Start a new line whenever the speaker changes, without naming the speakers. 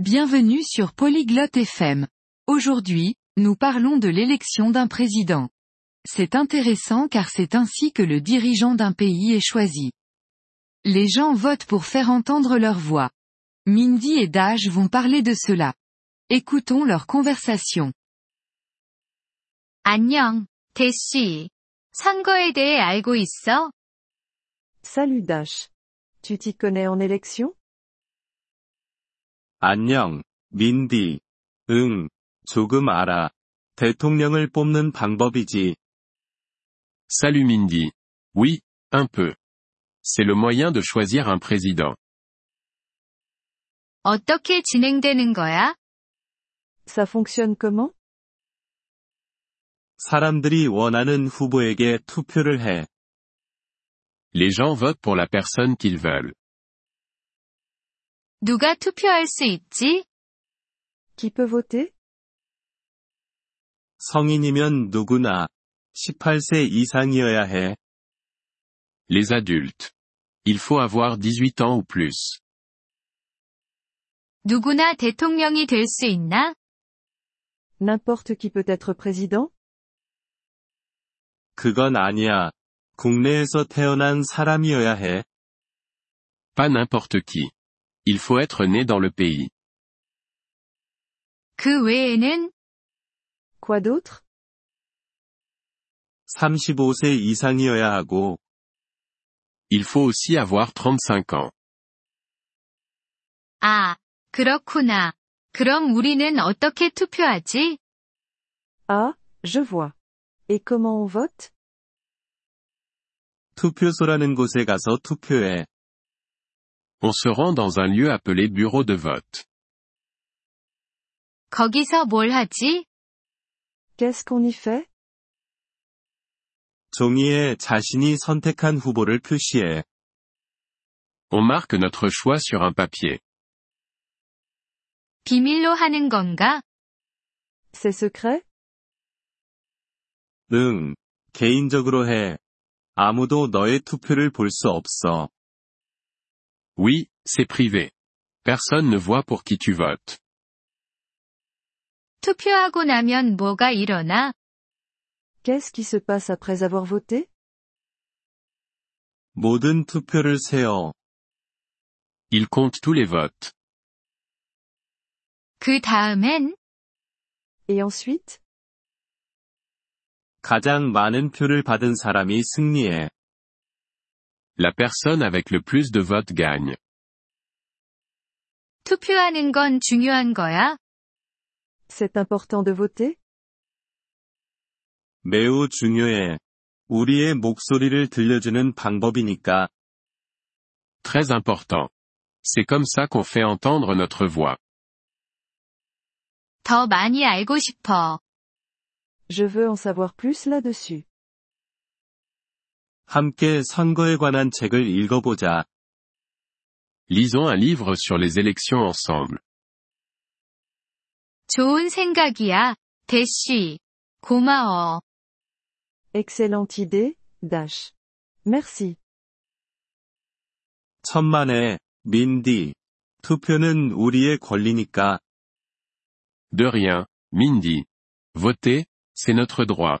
Bienvenue sur Polyglotte FM. Aujourd'hui, nous parlons de l'élection d'un président. C'est intéressant car c'est ainsi que le dirigeant d'un pays est choisi. Les gens votent pour faire entendre leur voix. Mindy et Dash vont parler de cela. Écoutons leur conversation.
안녕, 대시. 선거에 대해 알고 있어?
Salut Dash. Tu t'y connais en élection
안녕, 민디. 응, 조금 알아. 대통령을 뽑는 방법이지.
Salut Mindy. Oui, un peu. C'est le moyen de choisir un président.
어떻게 진행되는 거야?
Ça fonctionne comment
사람들이 원하는 후보에게 투표를 해.
Les gens votent pour la personne qu'ils veulent.
누가 투표할 수 있지?
Qui peut voter
성인이면 누구나. 18세 이상이어야 해.
Les adultes. Il faut avoir 18 ans ou plus.
누구나 대통령이 될 수 있나?
N'importe qui peut être président
그건 아니야. 국내에서 태어난 사람이어야 해.
Pas n'importe qui. Il faut être né dans le pays.
그 외에는
Quoi d'autre
35세 이상이어야 하고,
Il faut aussi avoir 35 ans.
아, 그렇구나. 그럼 우리는 어떻게 투표하지?
Ah, je vois. Et comment on vote
투표소라는 곳에 가서 투표해.
On se rend dans un lieu appelé bureau de vote.
거기서 뭘 하지?
Qu'est-ce qu'on y fait
종이에 자신이 선택한 후보를 표시해.
On marque notre choix sur un papier.
비밀로 하는 건가?
C'est secret
응, 개인적으로 해. 아무도 너의 투표를 볼 수 없어.
Oui, c'est privé. Personne ne voit pour qui tu votes.
투표하고 나면 뭐가 일어나?
Qu'est-ce qui se passe après avoir voté
모든 투표를 세어.
Il compte tous les votes.
그 다음엔
Et ensuite
가장 많은 표를 받은 사람이 승리해.
La personne avec le plus de votes gagne.
투표하는 건 중요한 거야?
C'est important de voter
매우 중요해. 우리의 목소리를 들려주는 방법이니까.
Très important. C'est comme ça qu'on fait entendre notre voix.
더 많이 알고 싶어.
Je veux en savoir plus là-dessus.
함께 선거에 관한 책을 읽어보자.
Lisons un livre sur les élections ensemble.
좋은 생각이야, 대쉬. 고마워.
Excellente idée, Dash. Merci.
천만에, 민디. 투표는 우리의 권리니까.
De rien, Mindy. Voter, c'est notre droit.